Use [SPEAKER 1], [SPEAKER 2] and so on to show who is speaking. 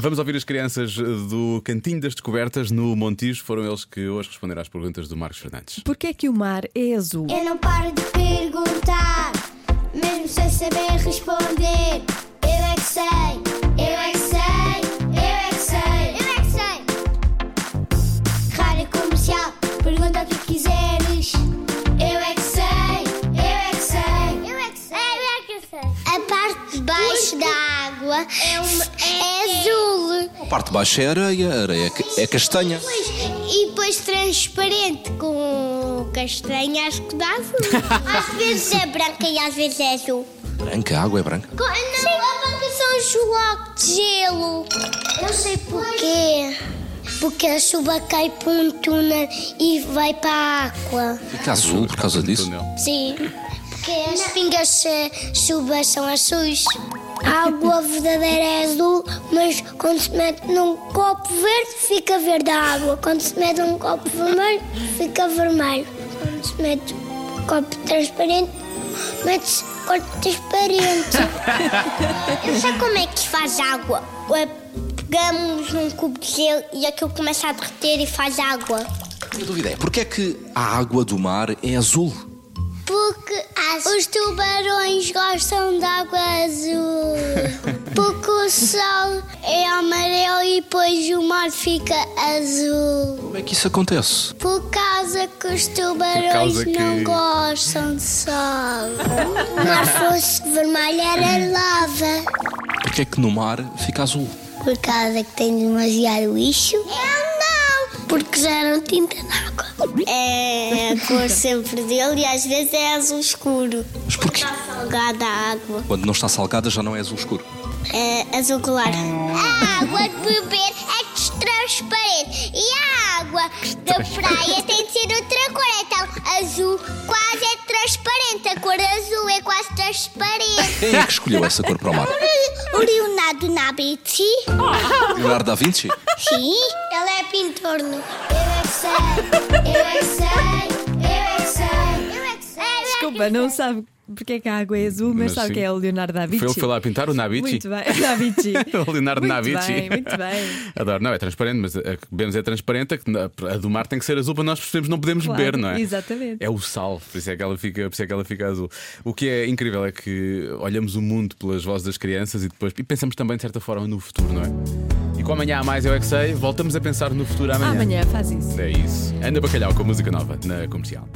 [SPEAKER 1] Vamos ouvir as crianças eh, do Cantinho das Descobertas no Montijo. Foram eles que hoje responderam às perguntas do Marcos Fernandes.
[SPEAKER 2] Porquê é que o mar é azul?
[SPEAKER 3] Eu não paro de perguntar, mesmo sem saber responder. Eu é que sei, eu é que sei, eu é que sei, eu é que sei. Rádio comercial, pergunta o que quiseres. Eu é que sei, eu é que sei, eu é que sei, eu é que sei. A parte de baixo da água é, azul.
[SPEAKER 4] A parte de baixo é areia, a areia é ca- é castanha.
[SPEAKER 3] Pois, e depois transparente com castanha, acho que dá azul. às vezes é branca e às vezes é azul.
[SPEAKER 4] Branca, a água é branca.
[SPEAKER 3] Não, a banca são João de gelo. Eu sei porquê. Porque a chuva cai por um túnel e vai para a água.
[SPEAKER 4] Fica azul Uh, por causa disso.
[SPEAKER 1] Túnel.
[SPEAKER 3] Sim. Porque as pingas de chuva são azuis. A água verdadeira é azul, mas quando se mete num copo verde, fica verde a água. Quando se mete num copo vermelho, fica vermelho. Quando se mete um copo transparente, mete-se cor transparente. Eu sei como é que se faz água. É, pegamos num cubo de gelo e aquilo começa a derreter e faz água.
[SPEAKER 4] Minha dúvida é, porquê é que a água do mar é azul?
[SPEAKER 3] Porque os tubarões gostam de água azul. Porque o sol é amarelo e depois o mar fica azul.
[SPEAKER 4] Como é que isso acontece?
[SPEAKER 3] Por causa que os tubarões
[SPEAKER 1] causa que-
[SPEAKER 3] não gostam de sol. O mar fosse vermelho era lava.
[SPEAKER 4] Porquê é que no mar fica azul?
[SPEAKER 3] Por causa que tem demasiado lixo? Eu não! Porque já não tinta d'água. É a cor sempre dele e às vezes é azul escuro.
[SPEAKER 4] Mas porquê?
[SPEAKER 3] Está salgada a água.
[SPEAKER 4] Quando não está salgada já não é azul escuro.
[SPEAKER 3] É azul claro. A água de beber é transparente e a água da praia tem de ser outra cor. Então, azul quase é transparente. A cor azul é quase transparente.
[SPEAKER 4] Quem é que escolheu essa cor para o mar?
[SPEAKER 3] O Leonardo Nabici
[SPEAKER 4] Leonardo da Vinci?
[SPEAKER 3] Sim, ele é pintor. Eu é que sei, eu é que sei, eu é que sei, eu é que sei.
[SPEAKER 2] Desculpa, não sabe porque é que a água é azul, mas,
[SPEAKER 1] Mas
[SPEAKER 2] sabe
[SPEAKER 1] sim.
[SPEAKER 2] que é o Leonardo da Vinci.
[SPEAKER 1] Foi ele que foi lá pintar o Nabici?
[SPEAKER 2] Muito bem, da Vinci.
[SPEAKER 1] O Leonardo
[SPEAKER 2] muito
[SPEAKER 1] Navici.
[SPEAKER 2] Bem, muito bem.
[SPEAKER 1] Adoro, não é transparente, mas a que bebemos é transparente, a, que- a do mar tem que ser azul para nós percebemos não podemos
[SPEAKER 2] Claro,
[SPEAKER 1] beber, não é?
[SPEAKER 2] exatamente.
[SPEAKER 1] É o sal, por isso é, que ela fica, por isso é que ela fica azul. O que é incrível é que olhamos o mundo pelas vozes das crianças e depois e pensamos também, de certa forma, no futuro, não é? E com amanhã há mais Eu é que sei, voltamos a pensar no futuro amanhã.
[SPEAKER 2] Amanhã faz isso.
[SPEAKER 1] É isso. Anda bacalhau com música nova na comercial.